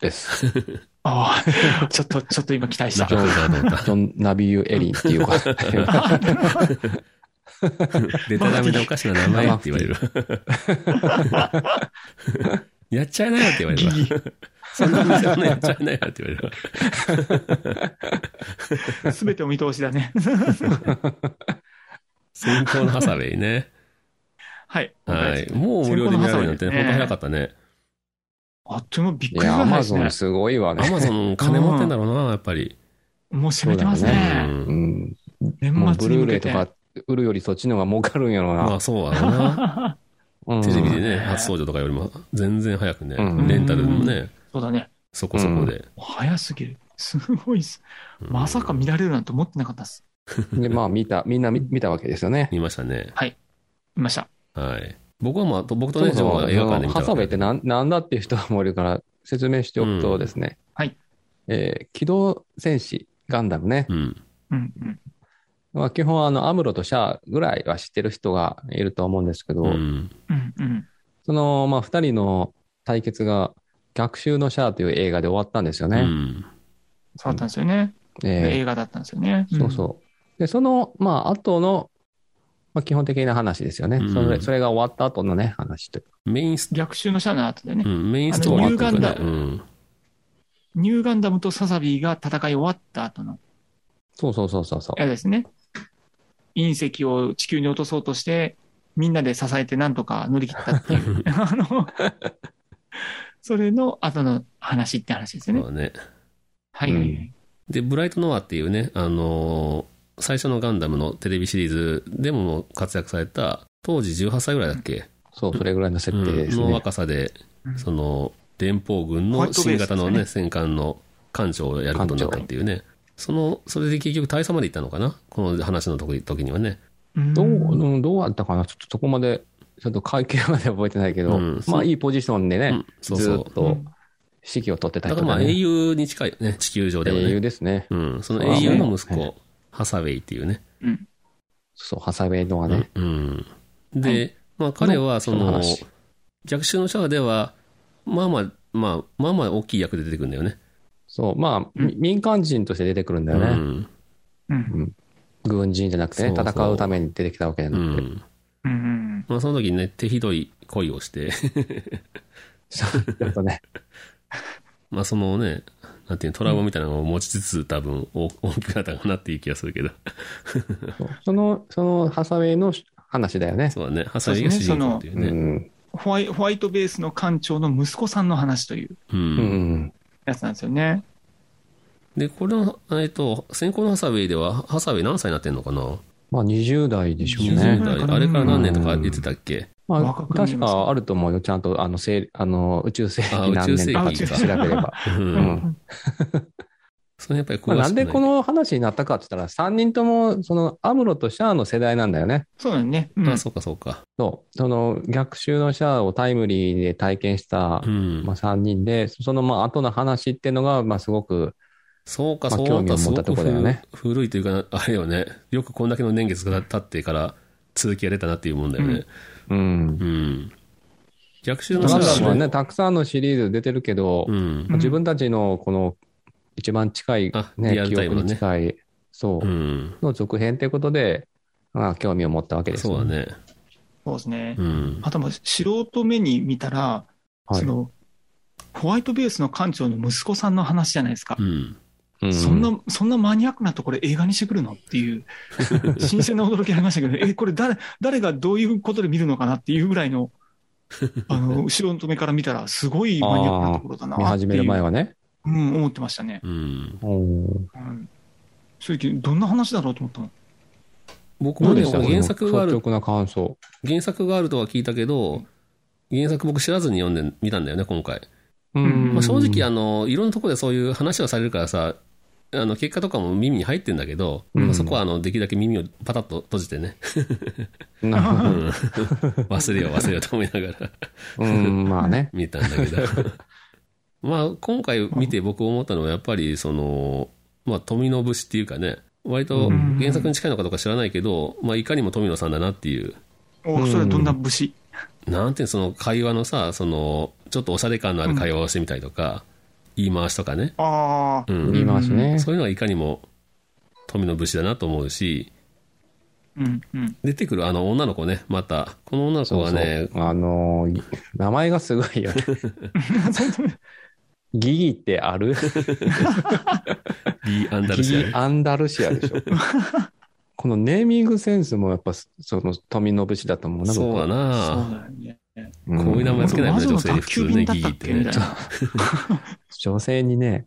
です。 ジああ、 ちょっと、ちょっと今期待しなた。かったなと思っョン・ナビユ・エリンっていうか、 た。でたらめでおかしな名前って言われる。 やっちゃいなよって言われるわ。そんな店のやっちゃいなよって言われるわ。 すべてお見通しだね。 先行のハサウェイね。はい。 はい。もう無料で見られるなんてね、ほんと早かったね。あっという間びっいくりぐらや、アいマですゾねン。すごいわアね。マゾン金持ってんだろうな、やっぱり。もう攻めてますねそうう。。うんん。もう年末にブルー向レけイとて。か売るよりそっちの方が儲かるんやろまあな。そうだろう な。うんテレビでね、初登場とかよりも全然早くね、うんレンタルでもね、 そうだね。そこそこで。早すぎる。すごいっす。まさか見られるなんて思ってなかったっす。で、まあ見た、みんな見見たわけですよね。見ましたね。いました。はい。僕はまあ、と僕とそね、もジョそンも、は映画館で見たわハけサウェイってなんなんだっていう人もいるから説明しておくとですね。うんはい。えー機動戦士ガンダムね。うん。うんうん。まあ基本あの、アムロとシャアぐらいは知ってる人がいると思うんですけど、うん。うんうん。その、まあ、二人の対決が、逆襲のシャアという映画で終わったんですようね。ん。そうだったんですよね。え映画だったんですよね。えそうそう。で、その、まあ、後の、まあ、基本的な話ですよね。うんそれ、それが終わった後のね、話というか。メインス、うん。逆襲のシャアの後でねう、ん、メインストーリーっていうかあね。のうニん。ニューガンダムとサザビーが戦い終わった後のそうそうそうそうそあれですね、隕石を地球に落とそうとして、みんなで支えてなんとか乗り切ったっていう、あの、それの後の話って話ですよね。そうね。はいはいはい。で、ブライトノアっていうね、あのー最初のガンダムのテレビシリーズでも活躍された、当時18歳ぐらいだっけ、う。そう、それぐらいの設うん定ですのね。若さでう、んその、連邦軍ホワのイト新ベースです型ねのね、戦艦の艦長をやることになったっていうね。その、それで結局大佐まで行ったのかなこの話の時時にはね。うんどう、うん、どうあったかなちょっとそこまで、ちょっと会計まで覚えてないけど、うんまあ、いいポジションでね、うん、そうずそーっう。と指揮を取ってただ人からまあね英雄に近いよね、地球上では英雄ね。ですね。うん、その英雄の息そうだ子、ハサウェイっていうね。うんそう、ハサウェイのがね。うん。はで、まあ彼はそそのの、話逆襲のシャアでは、まあまあ、まあ、まあまあ大きい役で出てくるんだよね。そう、まあ、うん民間人として出てくるんだよね。うん。うん軍人じゃなくてね、そうそう戦うために出てきたわけじゃうなくて。ん。うんうんまあその時にね、手ひどい恋をして、 そうだとね。 まあそのね、なんていうのトラウマみたいなのを持ちつつ多分お大きくなったかなっていう気がする けど。そうその、その、ハサウェイの話だよね。そうだね。ハサウェイが主人公っていううね。ん。ホワイホワイトベースの艦長の息子さんの話というう。うんん。やつなんですよね。で、これの、えっと、先行のハサウェイでは、ハサウェイ何歳になってんのかなまあ、20代でしょう90ね。代あれから何年とか言ってたっけまあ、若く見えます確かあると思うよ。ちゃんと、あの、せいあの宇宙世あ紀宇宙世何年とか紀調かべれば。う。うんん。それやっぱり詳しくまあない。なんでこの話になったかって言ったら、3人とも、その、アムロとシャアの世代なんだよね。そうだね。うんあ、そうかそうか。そう。その、逆襲のシャアをタイムリーで体験したう、んまあ、。3人で、その、まあ、後の話っていうのが、まあ、すごく、そうか、まあそう興味か、をす持っごたとくこだよね古古いというか、あれよね。よくこんだけの年月が経ってから続きが出たなっていうもんだよね。うんう。ん。逆襲ガのンシダムャアはね。ね、たくさんのシリーズ出てるけど、うん。うん自分たちのこの一番近いあ、ね、リアル記タイム憶のにね近い、そうう、ん。の続編ということで、まあ、興味を持ったわけですそうだ。よね。そうですねう。ん。あともう素人目に見たら、はいその、ホワイトベースの艦長の息子さんの話じゃないですかう。ん。うそんな、そんなマニアックなところ映画にしてくるのっ ていう、新鮮な驚きありましたけど、え、これ誰、誰がどういうことで見るのかなっていうぐら いの、あの、後ろの止めから見たら、すごいマニアックなところだな見って始めるい前う、はね。うん、思ってましたね。うん。うんうん。正直、どんな話だろうと思ったの。僕どもうね、でした原作があ率る、直な感想。原作があるとは聞いたけど、原作僕知らずに読んでみたんだよね、今回。うんんまあ、正直、あの、いろんなところでそういう話をされるからさ、あの結果とかも耳に入ってんだけど、うんまあ、そこはあのできるだけ耳をパタッと閉じてね、なるうほど。ん忘れよう忘れようと思いながらうん、まあね。見たんだけど まあ今回見て僕思ったのはやっぱりその、まあ、富の節っていうかね割とうん原作に近いのかどうか知らないけど、まあ、いかにも富野さんだなっていう おそれはどんな武士なんていうのその会話のさそのちょっとおしゃれ感のある会話をしてみたりとか、言い回しとかね、ああ、うん言い回しね。そういうのはいかにも富の節だなと思うしうん、うん。出てくるあの女の子ねまたこの女の子そうはそうね あのー、名前がすごいよね。ギギってあるリー・アンダルシアギねギアンダルシア でしょ。このネーミングセンスもやっぱその富信氏だと思うな。僕そうだそうなだよね。うこういう名前つけないもんね本女当性で普通ね魔女の宅急便だギったーっってけねみたいな女性にね、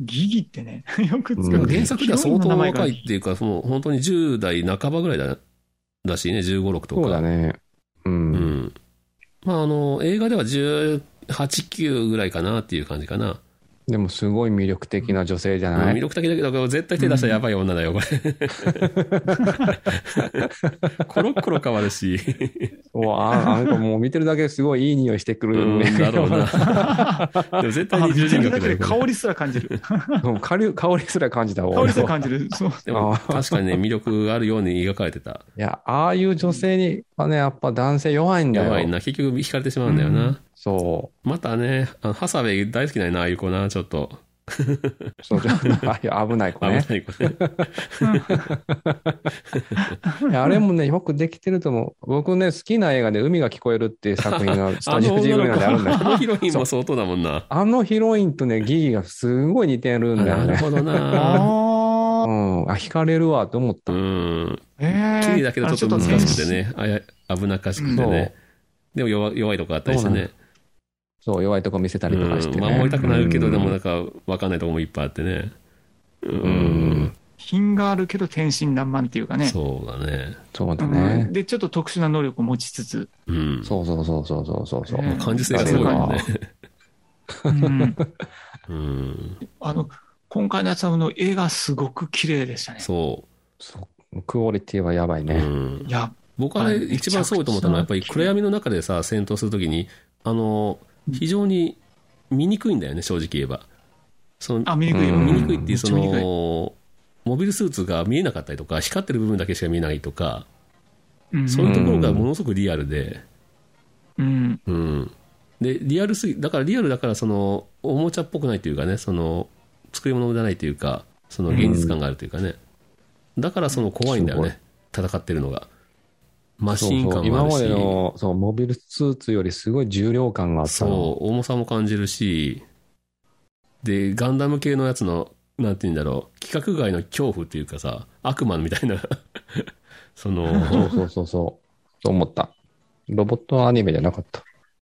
ギ ギってね、よくう使でう。も原作では相当若ヒロインの名前がいっていうかもう本当に10代半ばぐらいだだしね1 5 6とかそうだね。う。うんんまああの映画では189ぐらいかなっていう感じかなでもすごい魅力的な女性じゃな魅い力的だけど絶対手出したらやばい女だよこれコロッコロ変わるしおああの子もう見てるだけですごいいい匂いしてくるうんね。だろうなでも絶対あに獣見て人る学だだけよでこれ香りすら感じる。でも香り香りすら感じたわ香りすら俺は感じる。そう。でもあ確かにね魅力があるように描かれてたいや、ああいう女性にはね、やっぱ男性弱いんだやばいよ。な結局惹かれてしまうんだよな、うんそまたねあのハサウェイ大好きだよなああいう子なちょっとう。そう。あ あいう危ない子危ね。ない子ね いやあれもね、よくできてると思う。僕ね、好きな映画で海が聞こえるっていう作品がス あタジのオジブ女リのなんであるんだ子よ。あのヒロインも相当だもんなあのヒロインとね、ギギがすごい似てるんだよなるね。ほど なうああ。ん。あ、惹かれるわと思ったう。んええ。綺麗だけどちょっと難しくてねあや危なっかしくてねでも弱弱いとこあったりしてねそう、弱いとこ見せたりとかしてうんね。守りたくなるけど、うんでもなんか分かんないとこもいっぱいあってねううんん、品があるけど天真爛漫っていうかね。そうだねそうだうねん。で、ちょっと特殊な能力を持ちつつ。うんそうそうそうそうそうそうそう。ね感受性がすごいもんね ううんんあの、今回のやつはあの絵がすごく綺麗でしたね。そ、そうクオリティはやばいうね。うん、いや、僕はねはい一番すごいと思ったのはやっぱり暗闇の中でさ戦闘するときにあの非常に見にくいんだよね正直言えばそのあ、見にくいよ。うん見にくいっていうそめっちゃ見にくいのモビルスーツが見えなかったりとか光ってる部分だけしか見えないとかうんそういうところがものすごくリアルでうん。うんでリアルすぎだからリアルだからそのおもちゃっぽくないというかねその作り物じゃないというかその現実感があるというかねだからその怖いんだよね戦ってるのがマシンそうそ感うもあ今るしまでのそうモビルスーツよりすごい重量感があったの。そう、重さも感じるし、で、ガンダム系のやつの、なんて言うんだろう、規格外の恐怖っていうかさ、悪魔みたいな、 そ の、そうそうそうそう。と思った。ロボットアニメじゃなかった。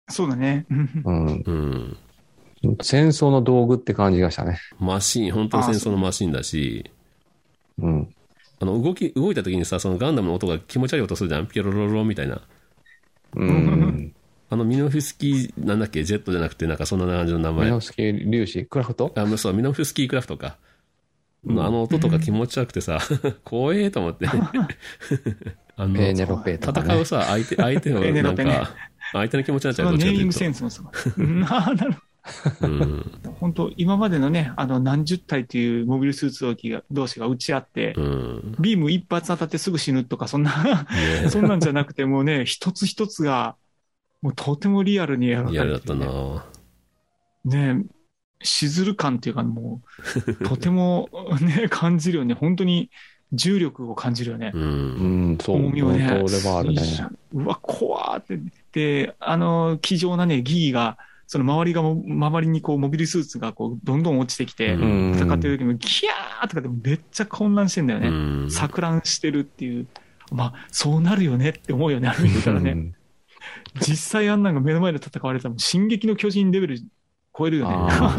そうだね。うんうん。うん、戦争の道具って感じがしたね。マシン、本当に戦争のマシンだし、うん。あの動き、動いた時にさ、そのガンダムの音が気持ち悪い音するじゃん、ピロロロロみたいな。うん。あの、ミノフスキー、なんだっけ、ジェットじゃなくて、なんかそんな感じの名ミ前。ノフスキー粒子、クラフトあそう、ミノフスキークラフトか。うんのあの音とか気持ち悪くてさ、 怖えと思 って。あのペーネロペーとか、戦ねう。 さ、相手、相手の、エネなロんペねか、相手の気持ちになっちそゃうのどっちネかーミングとセいうンスもすごい。うんあーなると。うん。ほど。本当今までのね、あの、何十体というモビルスーツ同士が同士が打ち合って、うん。ビーム一発当たってすぐ死ぬとか、そ んな、ねそんなんじゃなくて、もうね、一つ一つが、もうとてもリアルにやられリてアるルだったなねえ、しずる感っていうか、もう、とてもね、 感じるよね。本当に重力を感じるよね。う。うんん、そう。重みをね。本当俺はあるね。うわ、怖ーって。で、あの、気丈なね、ギーが、その周りがも、周りにこう、モビルスーツがこう、どんどん落ちてきてう、ん戦ってる時も、ギャーとかでもめっちゃ混乱してんだようね。ん。錯乱してるっていう。まあ、そうなるよねって思うよね、あれ見てたらうね。ん実際あんなんが目の前で戦われたら、もう進撃の巨人レベル超えるよね。あ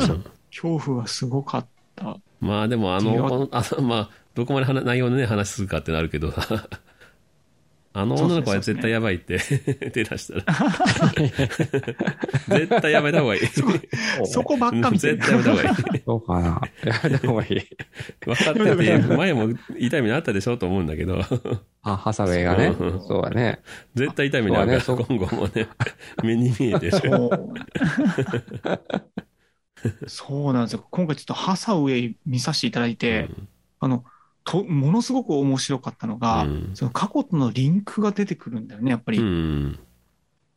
恐怖はすごかった。まあでも、あの、あのまあ、どこまで話内容のね、話するかってなるけどさ あの女の子は絶対やばいって、 手出したら。絶対やめた方がいい。そこばっか見て絶対る。やめた方がいい。そうかな。 やめた方がいい。分かってて、前も痛い目にあったでしょと思うんだけど、あ、ハサウェイがねそううん。そうだね。絶対痛い目にあるかそうら、ね今後もね、目に見えてる。そうそうなんですよ。今回ちょっとハサウェイ見させていただいて、あの、と、ものすごく面白かったのが、うんその過去とのリンクが出てくるんだよね、やっぱり。うん。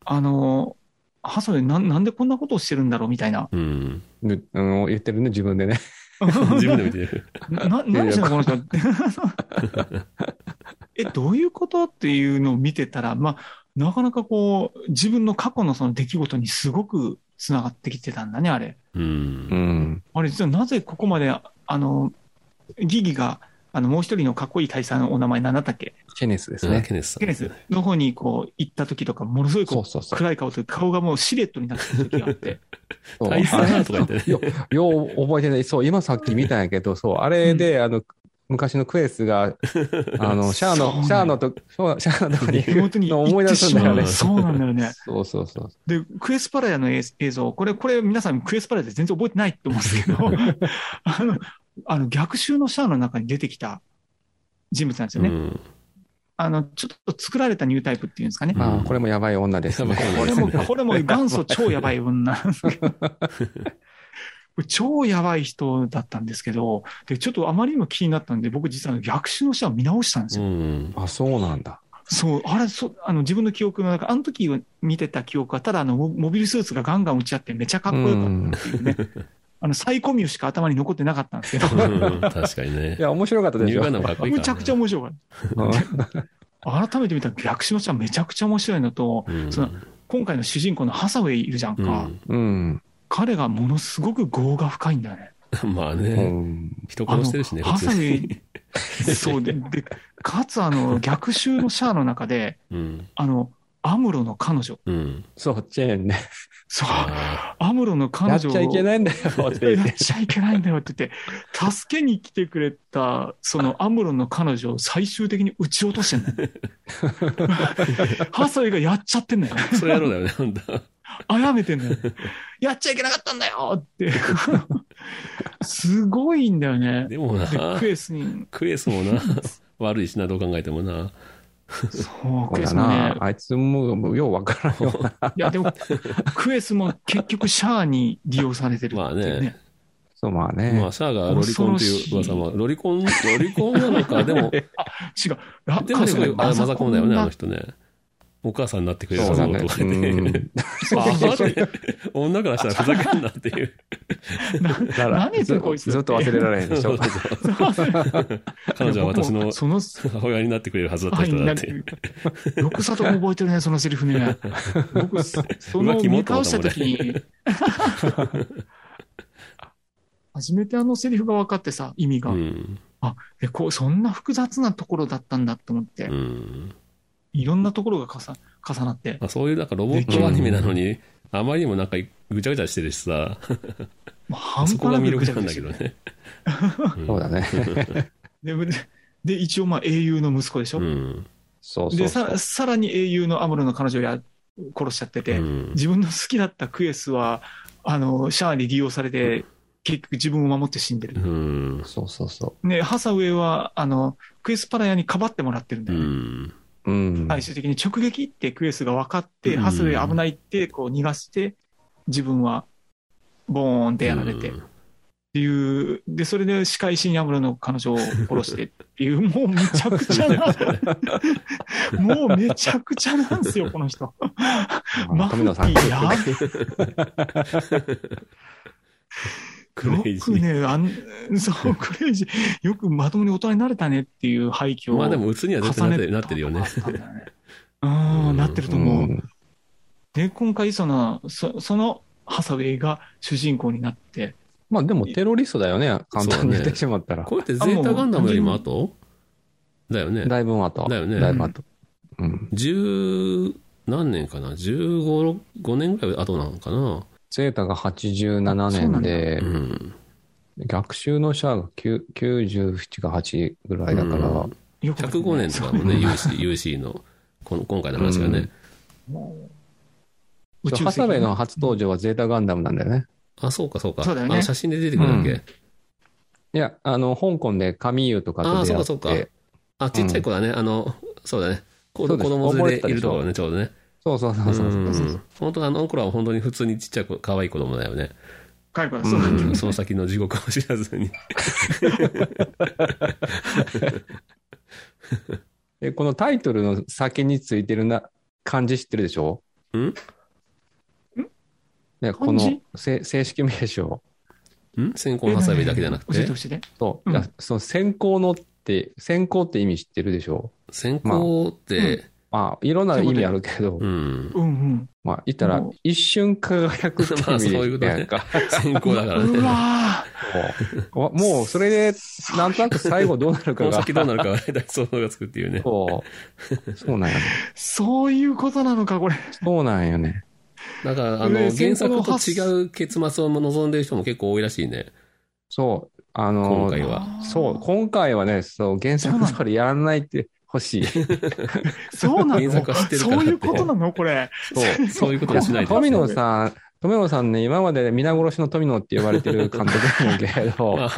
あの、ハサウェイなんなんでこんなことをしてるんだろうみたいな。うん。ぬうん、言ってるね、自分でね。 自分で見てる。な、何してんのこの人 え、どういうことっていうのを見てたら、まあ、なかなかこう、自分の過去のその出来事にすごく繋がってきてたんだね、あれ。 う。うんん。あれ、実はなぜここまで、ああの、ギギが、あの、もう一人のかっこいい大佐のお名前なんだったっけケネスですねね。ケネスさん。ケネスの方にこう、行った時とか、ものすごいそこうそうう、そう。暗い顔というか顔がもうシレットになってる時があ って。そう大佐だとか言ってねあれよよう覚えてない。そう、今さっき見たんやけど、そう、あれで、あの、昔のクエスが、あの、シャアそうなの、のシャアのと、シャアのとこに行妹くにのを行思いっ出てすしんだまようねね。。そうなんだよね。そうそうそう。で、クエスパラヤの映映像、これ、これ皆さんクエスパラヤで全然覚えてないと思うんですけど、 あの、あの逆襲のシャアの中に出てきた人物なんですよね。うん。あの、ちょっと作られたニュータイプっていうんですかね。まあ、これもやばい女ですね。これも、これも元祖超やばい女なんですけど。超やばい人だったんですけど、で、ちょっとあまりにも気になったんで、僕実は逆襲のシャア見直したんですよ。うん。あ、そうなんだ。そう、あれ、そう、あの、自分の記憶の中、あの時見てた記憶は、ただあの、モモビルスーツがガンガン打ち合ってめちゃかっこよかったうんっていうね。あの、サイコミュしか頭に残ってなかったんで すけど、うん確かにねい。や、面白かったでニューしょガン。ダムかっこいいかむら。ちゃくちゃ面白かっうんた。改めて見たら逆襲のゃめちゃくちゃ面白いのと、うんその今回の主人公のハサウェイいるじゃんうか。ん。 うん。彼がものすごく業が深いんだよね。まあうね、ん人あの殺してるしね、ハ普サウ通に。ェ イ、そうで、で、かつあの、逆襲のシャアの中で、うん。あの、アムロの彼女。うん。そう、チェーンね。そう、あアムロの彼やっ女ちをゃいけないんだよって や言っ。ってちゃいけないんだよって言って、助けに来てくれた、そのアムロンの彼女を最終的に撃ち落としてんだよ。ハサウェイがやっちゃってんだよ。ーそれやろうだよね、ほんと。あやめてんだよ。やっちゃいけなかったんだよって。すごいんだよ ね。でもでなク、エスに、クエスも な、悪いしな、どう考えてもな。そう、そうクエだスもねな。。あいつも、もうようわからんよ。いや、でも、クエスも結局シャアに利用されてるっていうね。そう、まあまねあ、。シャアがロリコンっていう噂も、ロリコン、ロリコンなのか、でも、違う。あでもすごい、あれマザコンだよね、あの人。人ね。お母さんになってくれるそうだねとか。う言って。んそうそう そう女からしたらふざけんなっていう。だから何言ってるこいつずずっと忘れられへんでしょ。彼女は私僕のもその母親になってくれるはずだったはい人だなっんて。かよくさとも覚えてるね、そのセリフね。僕、その浮気持見ってこ返しとたも時に、 初めてあのセリフが分かってさ、意味うが。ん。でこうそんな複雑なところだったんだと思って、うん。いろんなところが重重なって、まあ、そういうなんかロボットアニメなのに、あまりにもなんかぐちゃぐちゃしてるしさ、もう半そ端こがな魅くぐ力ちゃなんぐちゃだしけどね。てる そうだね。ででで、一応まあ英雄の息子でしょ。うん。そうそでうそさ、う。さらに英雄のアムロの彼女をや殺しちゃってて、うん自分の好きだったクエスは、あの、シャアに利用されて、結局自分を守って死んでうる。ん。そうそうそね、ハサウェイは、あの、クエスパラヤにかばってもらってるんうだよね。ん。う。うん。最終的に直撃ってクエスが分かって、うんハサウェイ危ないって、こう逃がして、自分は、ボーンってやられて、っうんていう、で、それで仕返しにアムロの彼女を殺してっていう、もうめちゃくちゃな、もうめちゃくちゃなんですよ、この人。マフテ富野さんィ。やべクレイジよくー。ね、あん、そう、クレ イジー。よくまともに大人になれたねっていう廃墟を。まあでも、うつには絶対な重っねてなってるよね。たんだよねうん、なってると思う。んで、今回、その、そその、ハサウェイが主人公になって、まあでもテロリストだよね。簡単に言ってしまったら。こうやってゼータガンダムよりも後だよね。だいぶ後。だよねだいぶ後。うん。十何年かな ?15、5年ぐらい後なのかなゼータがあ87そうな年んだでう、ん。逆襲のシャアが9 97か8ぐらいだから、うんよくわかんない105年とかもね、UC, UC のこの今回の話はね、うん宇宙ハ世紀サウェイの初登場はゼータガンダムなんだよね。あそうかそうかそうだよねあの写真で出てくるだけ、うんいや、あの、香港でカミーユとかと出会って。あーそうかそうあちっちゃい子だね、あのそうだね子そう子です供連れ溺れてたででいるしょところねちょうどねそうそうそうそう。うんそうそうそう本当あの頃は本当に普通にちっちゃい子可愛い子供だよね、海外うそうなんだようんその先の地獄を知らずにで、このタイトルの先についてるな漢字知ってるでしょんね、こ漢の字せ正式名称。ん先行のハサウェイだけじゃなく教えてて教えて。そう。うんいやその先行のって、先行って意味知ってるでしょ先行って、まあ、いろんな意味あるけど、うんうんうん。まあ、言ったらもう、一瞬輝 くって意まあ味 そういうことやねんか。先行だからね うわこうもう、それで、なんとなく最後どうなこるかのが。先どうなるかは大想像がつくっていうねそう。そうなんよね。ーそういうことなのか、これ。そうなんよね。だからあえのー原先行作のと発違う結末を望んでる人も結構多いらしいねそう。あ今の回、はあーそう、今回はね、そう、原作通りやらないってほ しい。そう。そうな原作は知ってのるからっそうていうことなのこれ。そういうことにしないと富野さん、富野さんね、今まで皆殺しの富野って呼ばれてる監督なんだけまど、あ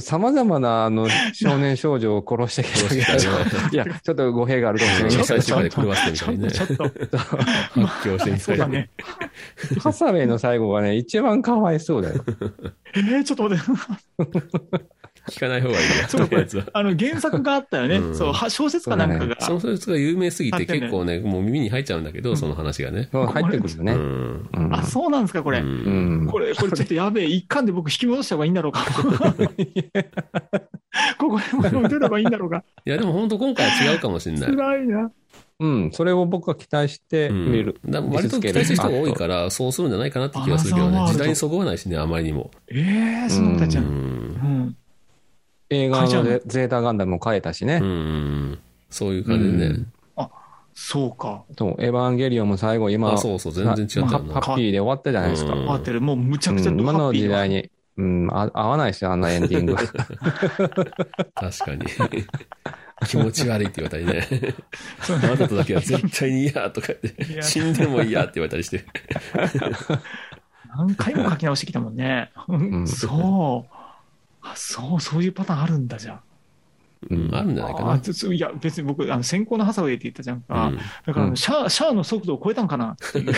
さまざまなあの少年少女を殺してきたけど、いや、ちょっと語弊があるかもしれないけど最終回で狂わせてみちたょいっ ねと、ちょっと。発狂してみそうただいね。ハサウェイの最後がね、一番かわいそうだよ。えー、ちょっと待って。聞かない方がいいねそうだねとりあえずはあの、原作があったよね。うんそう、は小説かなんかが。その小説が有名すぎて結構ねもう耳に入っちゃうんだけどその話がねそう入ってくるようね。んうんあ、そうなんですか、これ。うんうんこれ、これちょっとやべえ。一巻で僕引き戻した方がいいんだろうか。 ここでも出た方がいいんだろうか。いやでも本当今回は違うかもしれない辛いな。うん、それを僕は期待して見る。うんだから割と期待する人が多いから、そうするんじゃないかなって気がするけどあーそね。うなんだ時代にそぐわないしね、あまりにも。ええー、そのたちうゃん。ん。うん。映画会社ののゼゼータガンダムも変えたしねう。ん。そういう感じでね。そうか。そう、エヴァンゲリオンも最後、今、あ、そうそう、全然違ったよハな。ハッピーで終わったじゃないですか。ううん合ってる。もうむちゃくちゃんド今ハッのピー時だ代に、うん、あ合わないですよ、あんなエンディング。確かに。 気持ち悪いって言われたりね。あなたとだけは絶対に嫌とか言っいて、や死んでも嫌って言われたりして。何回も書き直してきたもんね。んそう。あそう、そういうパターンあるんだじゃん。うんあるんじゃないかあな。ちょちょいや、別に僕、あの先行のハサウェイって言ったじゃんか。うんだからあの、うんシャア、シャアの速度を超えたんかなっていう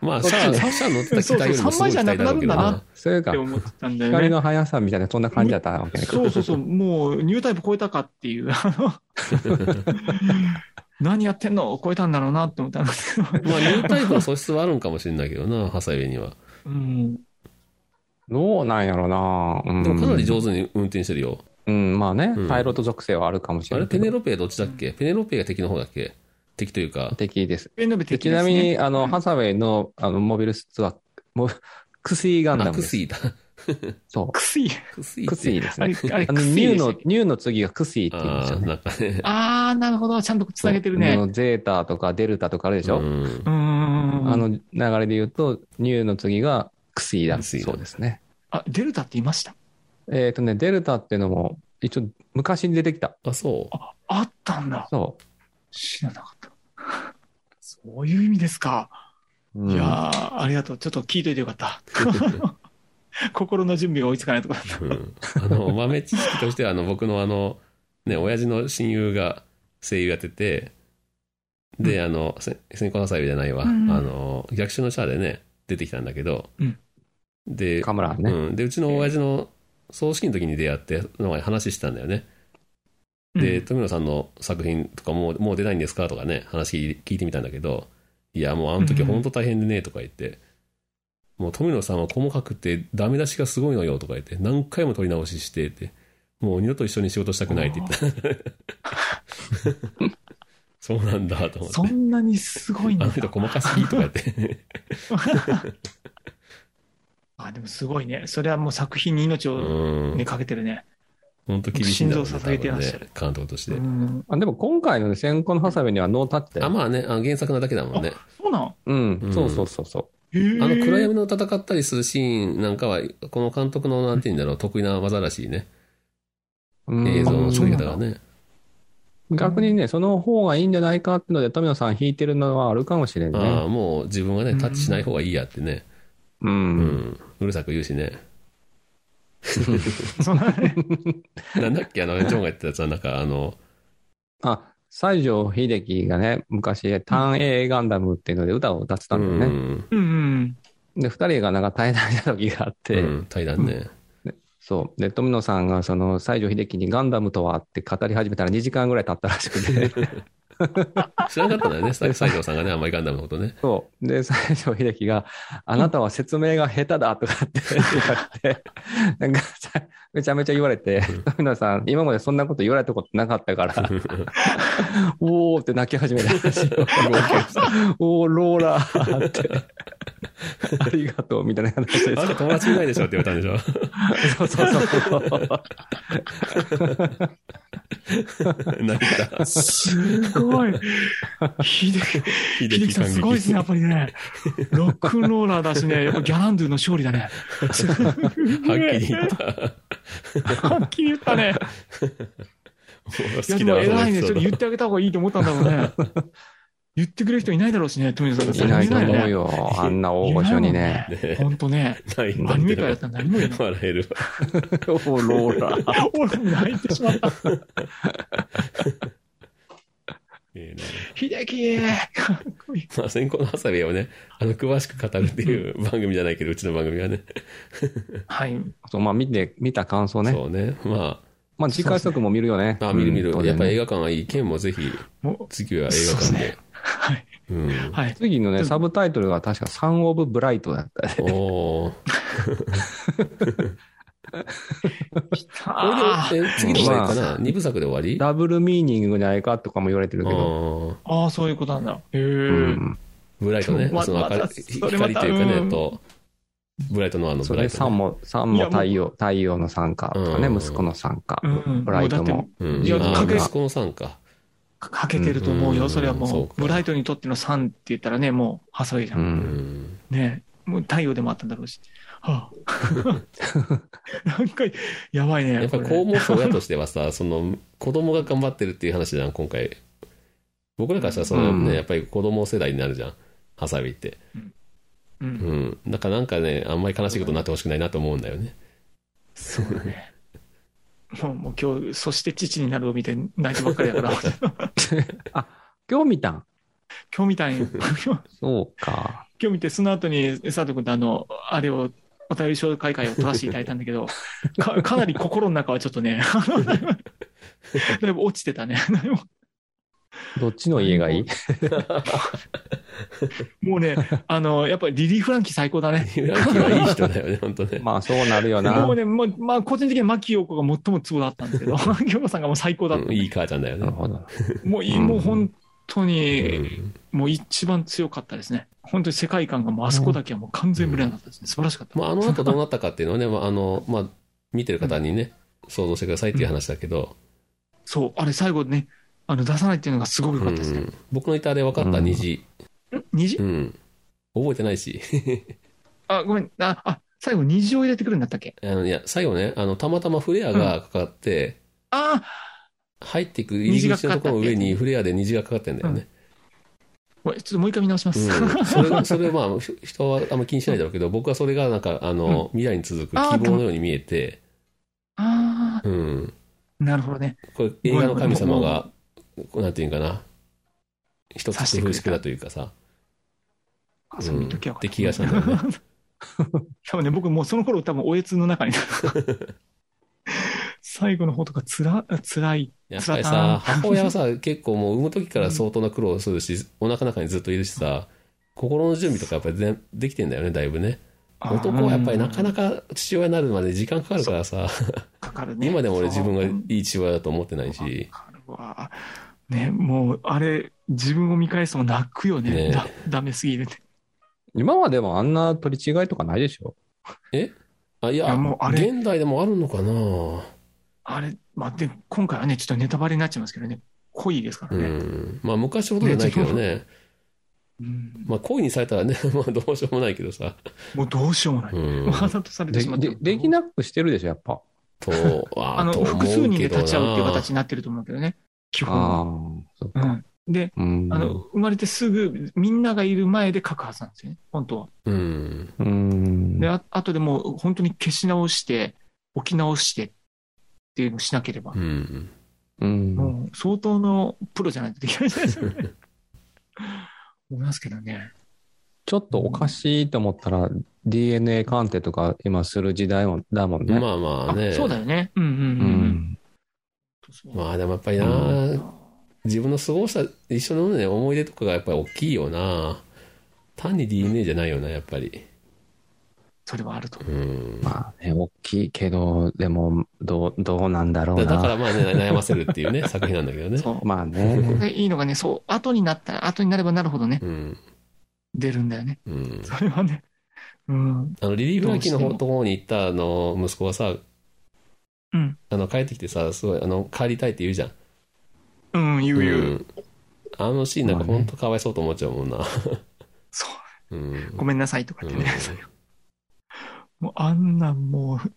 まあ、そっシちねャア、シャア乗ってた機体よりもすごい機体だろうけどそうそう三枚じゃなくなるんだなな。そういうかって、思ってたんだよね。光の速さみたいな、そんな感じだったわけね。そうそうそう、もうニュータイプ超えたかっていう、あ の何やってんの超えたんだろうなって思ったんですけど。まあ、ニュータイプの素質はあるんかもしれないけどな、ハサウェイには。うん。どうなんやろうなうんでもかなり上手に運転してるよ。うん、まあねうん、パイロット属性はあるかもしあれなれ、ペいけど。ネロペどっちだっけペネロペが敵の方だっけ敵というか。敵です。ペンノベで的ちでなすみねに、あの、ハサウェイの、あの、モビルスーツは、モクスイガンダあ、ムでクすス。イだ。そクスイ。クスイう。ってクスイですあね。 れ、あれ、あクの、スイニューでしたのっけ。、ニューの次がクスイって言うんであすよーね。なんかね。あー、なるほど。ちゃんとつなげてるあね。のゼータとかデルタとかあるでしうょ、んうーん。あの流れで言うと、ニューの次がクスイだクスイだそうですね。あ、デルタって言いましたえっ、とね、デルタっていうのも、一応昔に出てきた。あ、そう。あ、あったんだ。そ知らなかった。そういう意味ですか。う。うんいやー、ありがとう。ちょっと聞いといてよかった。 心の準備が追いつかないとこだった。うんあの、豆知識としては、あの、僕のあの、ね、親父の親友が声優やってて、で、あの、せ先行のサイじゃないわ。うんあの、逆襲のシャアでね、出てきたんだけど、うんで、カムラね、うん。で、うちの親父の葬式の時に出会って、の前に話してたんだよね。で、うん富野さんの作品とかもう、もう出ないんですかとかね、話聞いてみたんだけど、いや、もうあの時うんうん本当大変でね、とか言って、もう富野さんは細かくて、ダメ出しがすごいのよ、とか言って、何回も取り直しして、って、もう二度と一緒に仕事したくないって言って、そうなんだ、と思ってそ。んなにすごいんあだの。人細かすぎとか言って。あ、でもすごいね。それ はもう作品に命うを、ね、ん。かけてるね。本当厳しいんだろうね心臓を支えてらっしゃる多分ね監督としてう。ん。あでも今回のね、先行のハサウェイにはノータッチだあ、よ。まあね、あの原作なだけだもんね。そうなんうん、うんそうそうそうそへーあの暗闇の戦ったりするシーンなんかは、この監督のなんて言うんだろう、得意な技らしいね。う。うん映像のあそ作うりなん方だがね。逆にね、その方がいいんじゃないかってので、富野さん弾いてるのはあるかもしれんああ、ね。もう自分はね、タッチしない方がいいやってね。う。うんん。うるさく言うしね。そんなねなんだっけ、あの、ジョンが言ってたやつは、なんか、あの、あ、西城秀樹がね、昔、ターン A ガンダムっていうので歌を歌ってたうんだよね。ん。うんうん。で、二人がなんか対談した時があって、うん、対談ね。そう。で、富野さんが、その、西城秀樹にガンダムとはって語り始めたら2時間ぐらい経ったらしくて、知らなかったんだよね、さ西条さんがね、あんまりガンダムのことね。そう。で、西城秀樹が、あなたは説明が下手だとかって 言われて、なんかさ、めちゃめちゃ言われて、富野さん、今までそんなこと言われたことなかったから、おーって泣き始めたらしいよおー、ローラーって、ありがとうみたいな話であれ友達いないでしょって言われたんでしそうそうそうそう。ょ泣いた。すごい。秀樹、秀秀樹さんすごいですね、やっぱりね。ロックンローラーだしね、やっぱギャランドゥの勝利 だね。はっきり言った。はっきり言ったね。好いや、きでだもわ偉いね。ちょそっのエピソーとド言ってあげた方がいいと思ったんだろうね。言ってくれる人いないだろうしね、富野さん。いないとい思なういよよ。あんな大御所にね。ね。ほんとね。ないんだアニメ界だったら何もいな い。笑えるわ。おー、ローラー。俺も泣いてしまった。ええ秀樹かっこいい。なまあ、先行のハサウェイをね、あの、詳しく語るっていう番組じゃないけど、うちの番組はね。はい。そう、まあ見て、見た感想ね。そうね。ままあ次回作も見るよね。あ、あ見る見るうん。やっぱ映り画館はいい。県もぜひ、も次は映画館で。はい。うん。はい。次のね、サブタイトルが確かサン・オブ・ブライトだったね。おーあこれで、え次の終わりかな ?2 部作で終わりダブルミーニングじゃないかとかも言われてるけど。ああー、そういうことなんだ。へうえ。ん。ブライトね。まその明るまい、たそれまた光というかうね、んと、ブライトのあのそブれラでイサトンね。も、サンも太陽、太陽の参加とかね、うん息子の参加う。ん。ブライトもうだってうん。いやあかけ息子のさんか。かけてると思ううよ。んそれはそもうう、かブライトにとってのサンって言ったらね、もう、ハサウェイじゃ。うん。うんん。ねもう太陽でもあったんだろうし。はあ、なんか、やばいね。やっぱこれ子を持つ親としてはさ、その子供が頑張ってるっていう話じゃん、今回。僕らからしたらその、うんね、やっぱり子供世代になるじゃん、ハサウェイって。う。うんん。だからなんかね、あんまり悲しいことになってほしくないなと思うんだよね。 そうだね。もう、もう今日、そして父になるを見て泣いてばっかりだから、今日見たん今日みたいに、今そうか。日見て、その後に、佐藤君とあの、あれを、お便り紹介会を取らせていただいたんだけど、かかなり心の中はちょっとね、あのだいぶ落ちてたね。どっちの家がいいもうね、あの、やっぱりリリー・フランキー最高だね。三浦君はいい人だよね、本当ね。 まあそうなるよなもう。ね、もうまあ、個人的には牧陽子が最もツボだったんですけど、牧陽子さんがもう最高だったうん。いい母ちゃんだよなねる。ほど。もうい、うんもう本当うに、んもう一番強かったですね。本当に世界観がもうあそこだけはもう完全無理なかったですね。素晴らしかった。まあ、あの後どうなったかっていうのはね、まあ、あの、まあ、見てる方にね、想像してくださいっていう話だけど、そう、あれ最後ね、あの出さないっていうのがすごく良かったですうね。ん僕のいたあれ分かった虹、虹うん。覚えてないし。 あ、ごめん。あ、あ最後虹を入れてくるんだったっけあのいや、最後ね、あの、たまたまフレアがかかって、あ入っていく入り口のところの上にフレアで虹がかかってんだよね。ごめんちょっともう一回見直します。うん、それそれまあひ人はあんま気にしないだろうけど僕はそれがなんかあの、未来に続く希望のように見えて、 あうん、あ、なるほどね。これ映画の神様がこうなんていうんかな一つ工夫してくれたというかさ、あ、う、そういうんっ時はて気がしたんだよね。 多分ね、僕もうその頃多分おえつの中に。 最後の方とかつら、つらい。やっぱりさ母親はさ結構もう産む時から相当な苦労をするしお腹の中にずっといるしさ心の準備とかやっぱり全できてんだよねだいぶね男はやっぱりなかなかか父親になるまで時間かかるからさかかるね。今でも俺自分がそいうい父親だと思ってないし、わかるわね、もう、あれ、自分を見返すも泣くよね。ねだ、ダメすぎるね。今はでもあんな取り違いとかないでしょあいやいやもうあれ現代でもあるのかな、あれ、まあ、で、今回はね、ちょっとネタバレになっちゃいますけどね、恋ですからうね。ん、まあ昔ほどじゃないけどね、うんまあ、恋にされたらね まあどうしようもないけどさ、もうどうしようもない。 うん、わざとされてでしまった。でできなくしてるでしょ、やっぱ。とああの、と思複数う人けでどな立ち会うっていう形になってると思うけどね。基本は。ああ、そううか。ん、で、うん。あの、生まれてすぐ、みんながいる前で書くはずなんですよね、本当は。うん。うん。で、あとでもう本当に消し直して、置き直してっていうのをしなければう、ん。うん。もう相当のプロじゃないとできないじゃないですかね。思いますけどね。ちょっとおかしいと思ったら、DNA 鑑定とか今する時代もだもんね。まあまああね。そうだよね。うんうんううん。ん。そうまあでもやっぱりな、う自分の過ごした一緒のね、思い出とかがやっぱり大きいよな。単に DNA じゃないよな、やっぱり。それはあると。うん。まあね、大きいけど、でも、どう、どうなんだろだうな。だからまあね、悩ませるっていうね、 作品なんだけどね。そう。まあこ ね。れいいのがね、そう、後になったら、後になればなるほどね、うん。出るんだよね。うん。それはね。うん。あの、リリー・フランキーの方ところに行ったあの、息子はさ、うん。あの、帰ってきてさ、すごい、あの、帰りたいって言うじゃん。うん、言う言う。ん。あのシーンなんかまあね本当かわいそうと思っちゃうもんな。そうう。ん。ごめんなさいとかうっんてね。もうあんなんもう、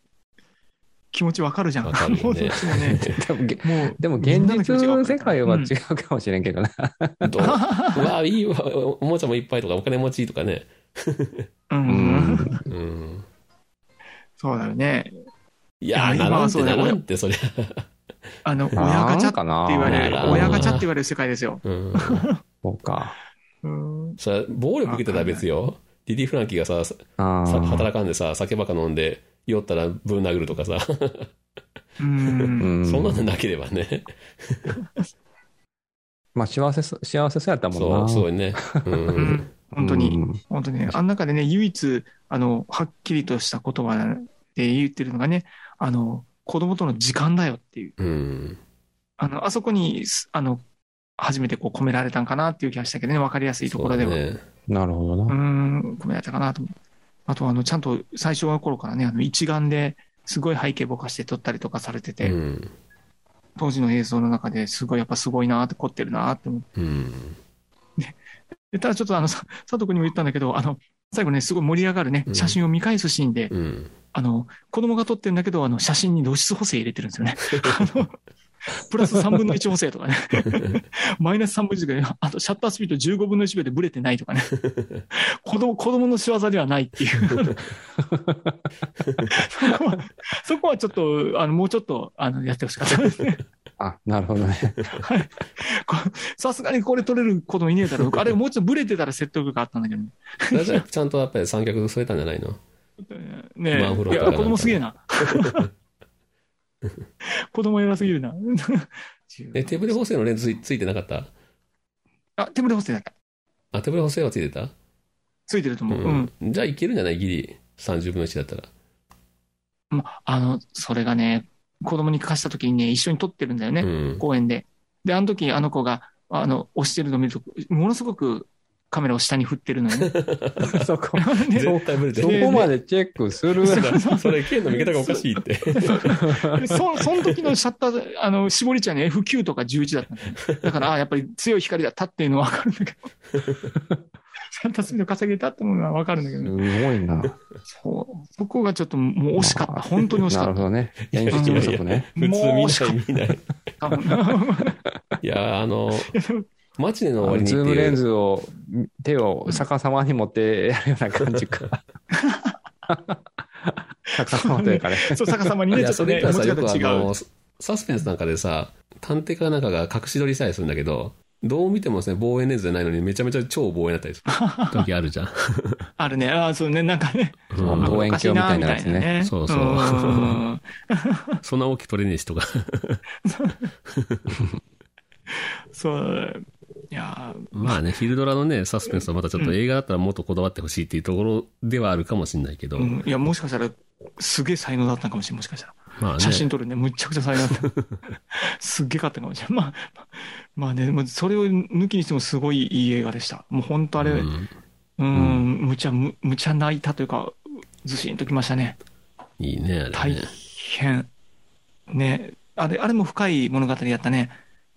気持ちわかるじゃん。わかるもようどっね。ちもね。でも、げもう、 でも現みんなの気持実ちがわのか世るから界は違うかもしれんけどな。どう うわ、いいわ、おもちゃもいっぱいとか、お金持ちとかね。うん。うん。うん。そうだよね。いやー、いやな今らんはっそて、うだなよらんって、そりゃ。あの、親ガチャってかな言われなるんか、な親ガチャって言われる世界ですよ。うん。そうか。うん。それ暴力受けてたら別よ。リリー・フランキーがさ、あさ働あ。かんでさ、酒ばっか飲んで、酔ったらぶん殴るとかさ、う。うんん。そんなのなければね、まあ、幸せそ、幸せそうやったもんそな。う、すごいね。う。うんん。本当にう、ん本当にね。あの中でね、唯一、あの、はっきりとした言葉で言ってるのがね、あの、子供との時間だよっていう。うん。あの、あそこに、すあの、初めてこう込められたんかなっていう気がしたけどね、わかりやすいところでは。,、そううだねなるほどーな。ん、込められたかなと思う。あと、あの、ちゃんと最初の頃からね、あの、一眼ですごい背景ぼかして撮ったりとかされてて、うん。当時の映像の中ですごい、やっぱすごいなーって凝ってるなーって思って。うん。でただちょっとあの、さ佐藤君にも言ったんだけど、あの、最後ね、すごい盛り上がるねう、ん写真を見返すシーンで、うん。あの、子供が撮ってるんだけど、あの、写真に露出補正入れてるんですよね。 あの、プラス3分の1補正とかね。 マイナス3分の1とかね。あと、シャッタースピード15分の1秒でブレてないとかね。子供、子供の仕業ではないっていう。 そこは、そこはちょっと、あの、もうちょっと、あの、やってほしかったですね。あ、なるほど ね。こさすがにこれ撮れる子供いねえだろう。あれ、もうちょっとブレてたら説得があったんだけどね。それじゃちゃんとやっぱり三脚添えたんじゃないのねワンフロえ。アいとかなんや、子か供すげえな。子供偉すぎるな。え、手ブレ補正のレンズついついてなかったあ、手ぶれ補正だった。あ、手ブレ補正はついてたついてると思う。うん。うん。じゃあいけるんじゃないギリ。30分の1だったら。まあの、それがね、子供に貸した時にね、一緒に撮ってるんだよね、うん。公園で。で、あの時あの子が、あの、押してるのを見ると、ものすごくカメラを下に振ってるの よね。そこ、ね絶対ブレてそる。こまでチェックするだからそれ、剣の見方がおかしいって。でそその時のシャッター、あの、絞り値はね、F9 とか11だっ たんだよねだから、あやっぱり強い光だったっていうのはわかるんだけど。シャッタースピード稼げたってものはわかるんだけすどね、ごいな。そう。そこがちょっともう惜しかった。本当に惜しなかるっほどね。いやい演やい出や不足ね。普通も見うない、見ない。たもんな。いや、あ の、マチネあの終わりにっのてズいう。ームレンズを、手を逆さまに持ってやるような感 じか。逆さまというかね。そう、逆さまにいね、ちょや、っとそれね、言ったら持さ、ちよくあ方違うの。、サスペンスなんかでさ、探偵かなんかが隠し撮りさえするんだけど、どう見てもですね、望遠レンズじゃないのにめちゃめちゃ超望遠だったりする時あるじゃん。あるね。ああ、そうね。なんかね。うあん望遠鏡みたいなやつおかしいねなみたいなねそうそうんそんな大きく撮れねえしとか。そう。いやー、まあね、フィルドラのね、サスペンスはまたちょっと映画だったらもっとこだわってほしいっていうところではあるかもしれないけど、うん、いや、もしかしたら、すげえ才能だったのかもしれない。もしかしたら。まあね。写真撮るね。むっちゃくちゃ才能だった。すっげえかったかもしれない。まあ、まあね、もうそれを抜きにしてもすごいいい映画でした。もう本当あれ、ううん、んむちゃ、むむちゃ泣いたというか、ずしんときましたね。いいね、あれ大ね。変。ね、あれ、あれも深い物語だったね。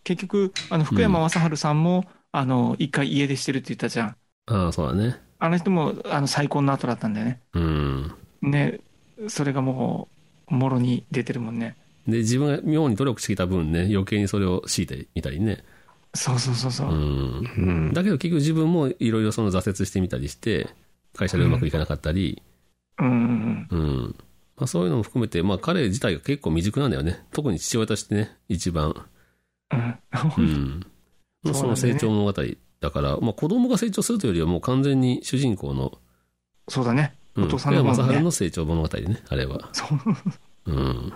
結局、あの、福山雅治さんも、あの、一回家出してるって言ったじゃん。ああ、そうだね。あの人も、あの、再婚の後だったんだよね。うん。ね、それがもう、もろに出てるもんね。で、自分が妙に努力してきた分ね、余計にそれを強いてみたりね。そうそうそうそうう。ん。 うん。だけど結局自分もいろいろその挫折してみたりして、会社でうまくいかなかったり、うんううんん。まあそういうのも含めて、まあ彼自体が結構未熟なんだよね。特に父親としてね、一番。うん。ううんん。まあそそうだねの成長物語だから、まあ子供が成長するというよりはもう完全に主人公の、 そうだね。うん、お父さんの福山方雅ね治の成長物語でね、あれは。そうう。ん。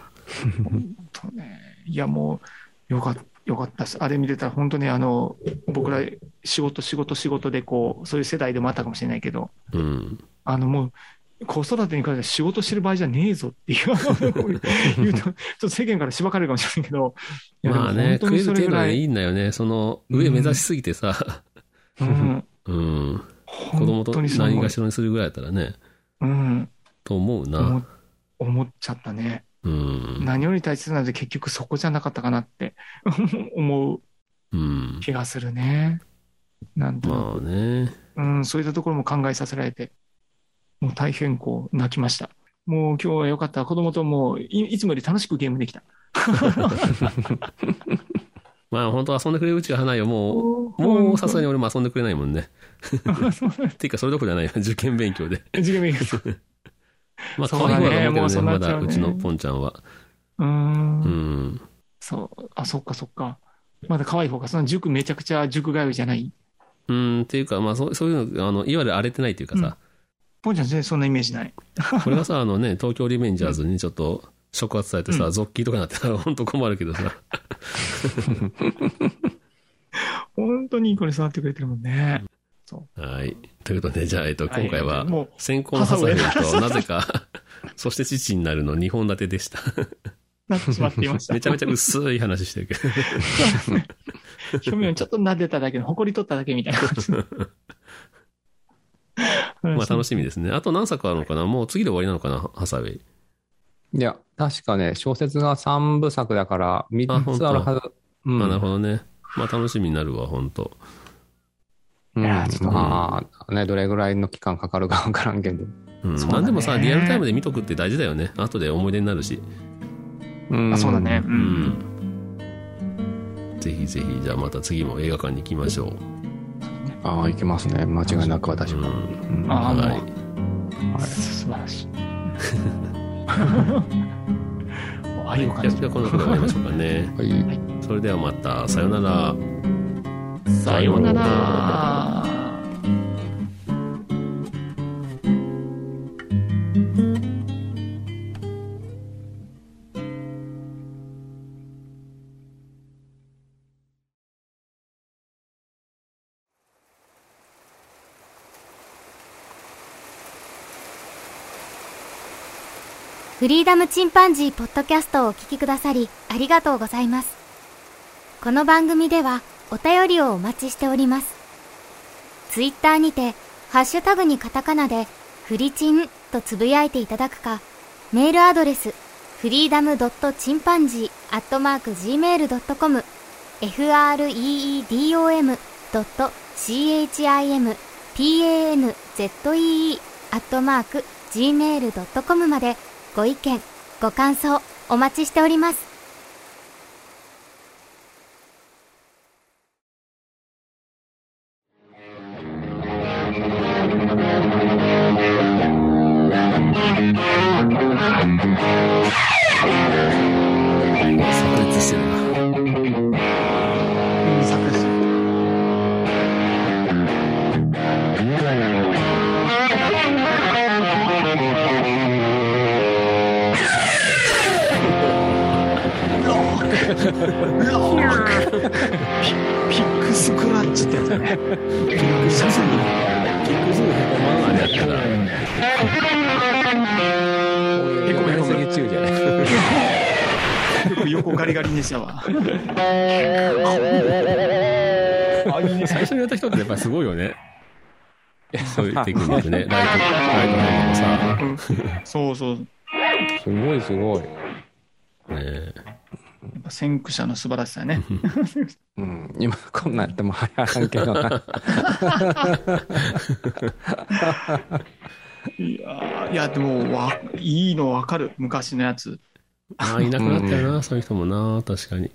とね、いやもう、よかった。よかったですあれ見てたら、本当にあの僕ら仕事、仕事、仕事でこう、そういう世代でもあったかもしれないけど、うん。あのもう、子育てに比べて仕事してる場合じゃねえぞっていう 言うと、ちょっと世間からしばかれるかもしれないけど、いやでもまあね、本食当えにるそ程れ度ぐらでい、いいんだよね。その上目指しすぎてさ、うん、うん。子供本と当にそう何思うがしろにするぐらいだったらね、うん、と思うな。思思っちゃったね。うん。何より大切なので結局そこじゃなかったかなって 思ううん。気がするね。なんとなくまあね。うん、そういったところも考えさせられて、もう大変こう、泣きました。もう今日は良かった。子供ともうい、いつもより楽しくゲームできた。まあ本当遊んでくれるうちが花よ。もう、ももううさ すがに俺も遊んでくれないもんね。っていうかそれどころじゃないよ。 受験勉強で。授業勉強まあそう可だね愛い子だと思もうけどね、まうそうなっちゃだうねうちのポンちゃんは。うー。うんん。そう。あ、そっかそっか。まだ可愛い方か。その塾めちゃくちゃ塾通いじゃない。うん、っていうか、まあそうそういうの、あの、いわゆる荒れてないっていうかさ、ポンちゃん全然そんなイメージない。これがさ、あ のね、東京リベンジャーズにちょっと触発されてさ、うんゾッキーとかになってたら 本当困るけどさ。本当にいい子に育ってくれてるもんね。はい。ということで、じゃあ、えっと、はい今回はもう、先行のハサウェイと、なぜか、 そして父になるの2本立てでした。 なってしまっていました。めちゃめちゃ薄い話してるけど。表面をちょっと撫でただけの、誇り取っただけみたいな感じのまあ楽しみですね。あと何作あるのかなもう次で終わりなのかなハサウェイ。いや、確かね、小説が3部作だから、あ3本つ当あるはず。うんまあなるほどね。まあ楽しみになるわ、本当うんいやちょっとまあ、ね、どれぐらいの期間かかるかわからんけど。うん。そうだね何でもさ、リアルタイムで見とくって大事だよね。後で思い出になるし。んあそうだね。。う。うんん。ぜひぜひ、じゃあまた次も映画館に行きましょう。ああ、いけますね。間違いなく私うも。んうんああ、もう、はい素晴 らしい。もう愛をじ感ゃじある。この頃で終わりましょうか ね。はいそれではまた、さよなら。さようなら。フリーダムチンパンジーポッドキャストをお聞きくださりありがとうございます。この番組ではお便りをお待ちしております。ツイッターにて、ハッシュタグにカタカナで、フリチンとつぶやいていただくか、メールアドレス、フリーダムドットチンパンジーアットマーク Gmail.com、freedom ドット chimpanzee アットマーク Gmail.com までご意見、ご感想お待ちしております。炸裂してるな。うんさっきロックロックピピックスクラッチってやつだね。さすがに。まあやったら。へこへこすぎ注意じゃない。よく横ガリガリにしたわ。最初にやった人ってやっぱりすごいよね。そういうテクニック ね。ライト、ライトハンドもさ。そうそう。すごいすごい。ねやっぱ先駆者の素晴らしさやね。うん、今こんなんやっても流行らんけどな。いやーいや、でもわ、いいのわかる。昔のやつ。ああ、いなくなったよな、そういう人もな、確かに。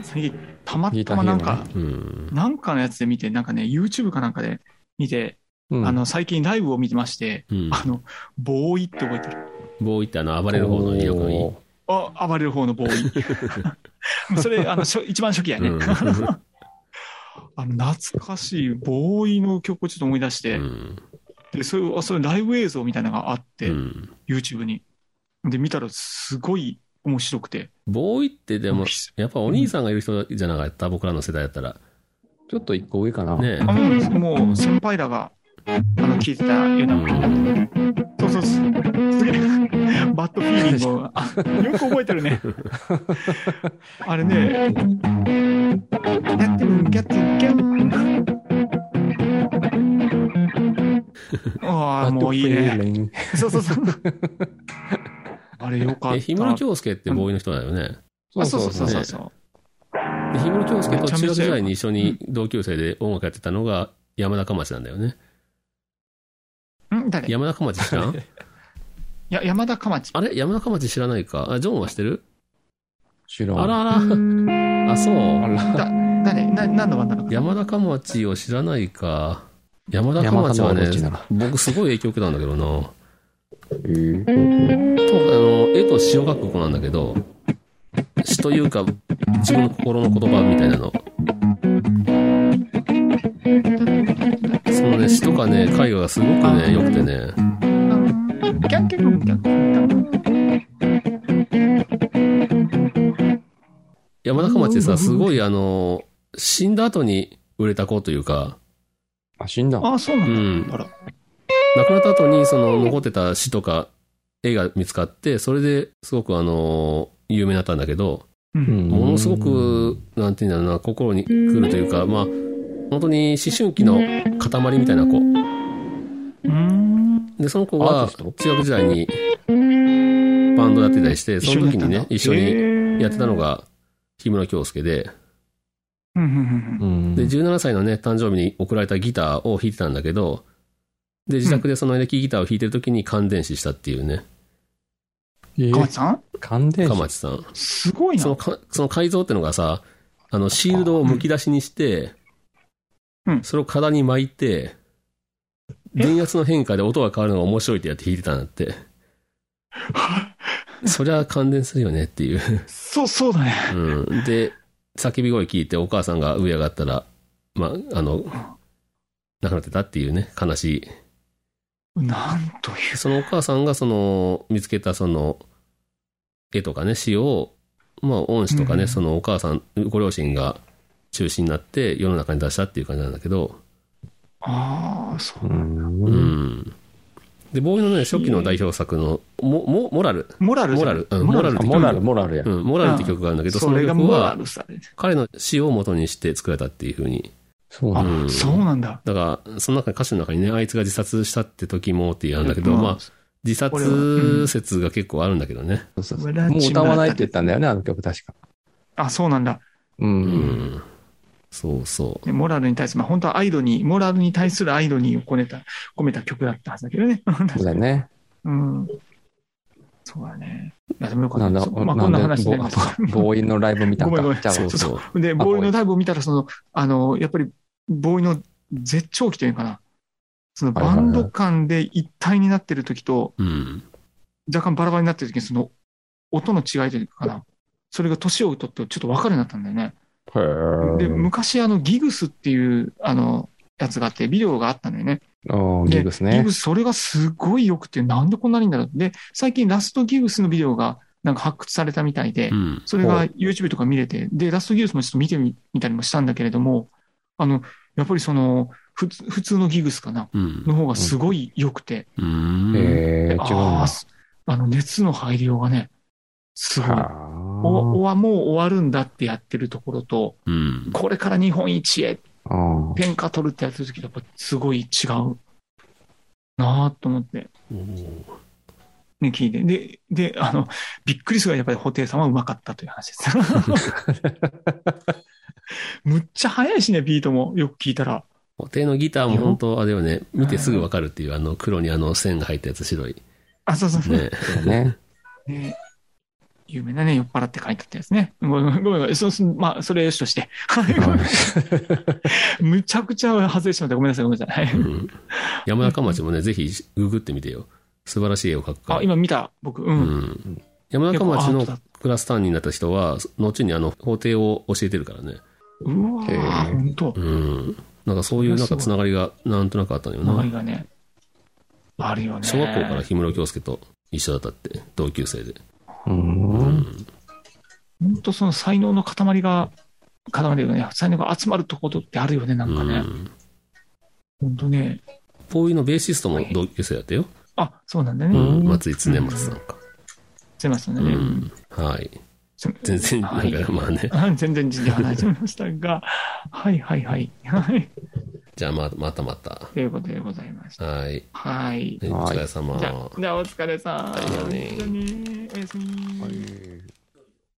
最近、たまたまなんギターヒかーローね、うん。なんかのやつで見て、なんかね、YouTube かなんかで見て、うんあの、最近ライブを見てまして、うん。あの、ボーイって覚えてる。棒いってあの、暴れる方の威力に。あ、暴れる方のボ ーイ。それ、あの、初一番初期やね。うん あの懐かしい、ボーイの曲をちょっと思い出しうて、ん。で、そういう、あそういうライブ映像みたいなのがあって、うん。 YouTube に。で、見たらすごい面白くて。ボーイってでも、やっぱお兄さんがいる人じゃなかった、僕らの世代だったら。ちょっと一個上かな。ねあもうもう先輩らが、あの、聞いてたよううな、ん。そうそうそう、すげえ、 バッドフィーリングを、あよく覚えてるね。あれね、やってる、やってる、ギャ ン。ああ、もういいね。ね。そうそうそう。あれよかった。え、氷室京介ってボーイの人だよね。あそうそうそうそうねそう。で、氷室京介と中学時代に一緒に同級生で音楽やってたのが山中町なんだよね。ん誰い山中町知ら んや、山田かまち。あれ山中町知らないかあ、ジョンは知ってる知らん。あらあら。あ、そう。誰な、何の番なのか。山中町を知らないか。山中町はね山中町はどっちなの、僕すごい影響受けたんだけどな。えーとあの絵と詩を書く子なんだけど詩というか自分の心の言葉みたいなのそのね詩とかね絵画がすごくね良くてねギャンギャンギャンギャンギャン。山中町ってさすごいあの死んだ後に売れた子というかあ、死んだ。ああ、そうなうんだ。んあら。亡くなった後にその残ってた詩とか絵が見つかってそれですごくあの有名になったんだけどう。うんんものすごく、なんていうんだろうな、心に来るというか、まあ、本当に思春期の塊みたいな子。うん。で、その子アーがティスト中学時代にバンドやってたりして、その時にね、一緒ににやってたの。が、日村京介で、うんうんうんうんで、17歳のね、誕生日に贈られたギターを弾いてたんだけど、で、自宅でそのエレキギターを弾いてる時に感電死したっていうね、うえん。ーかまちさん感電か死まちさん。すごいな。そのか、その改造ってのがさ、あの、シールドをむき出しにして、うんそれを体に巻いて、電圧の変化で音が変わるのが面白いってやって弾いてたんだ って。そりゃ感電するよねっていう。そう、そうだね。うん。で、叫び声聞いてお母さんが上上がったら、まあ、あの、亡くなってたっていうね、悲しい。なんという。そのお母さんがその見つけたその絵とかね詩をまあ恩師とかね、うんそのお母さんご両親が中心になって世の中に出したっていう感じなんだけど、ああ、そうう。うんん。でボーイのね初期の代表作の「モモモラルモラルじゃんモラルうんあモラル、モラル」やう。ん「モラル」って曲があるんだけど、そそのれが曲モラはルさ。彼の詩を元にして作られたっていうふうにそうなあんだ。うんそうなんだ。だからその中に歌詞の中にねあいつが自殺したって時もっていうあるんだけど、うんまあ自俺はう殺ん説が結構あるんだけどね、そうモそうラルもうチ歌わないって村言ったんだよね、あの曲確か。田。あ、そうなんだ。う。うんん、そうそうねモラルに対する、まあ本当はアイロニー、モラルに対するアイロニーを込めた、込めた曲だったはずだけどね。そうだよね。うん。そうだね。いや、でもよかなっんた。だ、そうまあこんななん話でにボなりました。ボーイのライブ見たんごめか。んごめんじゃあそうそうで、あボーイボーのイライブを見たら、その、あの、やっぱり、ボーイの絶頂期というのかな。そのはいはバいはいンド間で一体になってる時と、うん若干バラバラになってる時に、その、音の違いというかな。それが年を取ってちょっと分かるようになったんだよね。へで、ー昔、あの、ギグスっていう、あの、やつがあって、ビデオがあったんだよね。おーギグスギねグ。ス、それがすごい良くて、なんでこんなにいいんだろう。で、最近ラストギグスのビデオが、なんか発掘されたみたいでう、んそれが YouTube とか見れて、で、ラストギグスもちょっと見てみ見たりもしたんだけれども、あの、やっぱりその、普通普通のギグスかな、うんの方がすごい良くて、うんえー、違うんあだー。すあの、熱の入りようがね、すごい。おおおわもう終わるんだってやってるところと、うんこれから日本一へ、あ天下取るってやってる時とやっぱすごい違うなぁと思って、ね、聞いて。で、で、あの、びっくりするがやっぱり布袋さんはうまかったという話 です。むっちゃ早いしね、ビートも。よく聞いたら。お手のギターも本当あれよね、見てすぐわかるっていう、あの黒にあの線が入ったやつ白い。あ、そうそうそう。ね。あ。ね。ねい有名なね、酔っ払って書いてあったやつね。ごめんごめんごめんごめん。そうそうまあ、それはよしとして。 むちゃくちゃ外れてしまってごめんなさい、ごめんなさい。はういん山中町もね、ぜひググってみてよ。素晴らしい絵を描くから。あ、今見た、僕。う。うんん。山中町結構アートだのクラス担任だった人は、後にあの、法廷を教えてるからね。うわへぁ、ーほんとう。ん。なんかそういうなんかつながりがなんとなくあったのよ周りな。がね。あるよね。小学校から氷室京介と一緒だったって、同級生で。うん。本当その才能の塊が、塊だよね。才能が集まるところってあるよね、なんかうね。ん本当ね。ボーイのベーシストも同級生だったよ。あ、そうなんだうね。ん松井常松さんか。すいませんうね。ん。はい。す全然、なはい んかまあね。あ全然全然話しましたが、 はいはいはい。はい。じゃあま、またまた。ということでございました。はい。はい。お疲れ様。じゃあ、じゃあお疲れさん。はいじゃあねじゃあねおやすみ。はい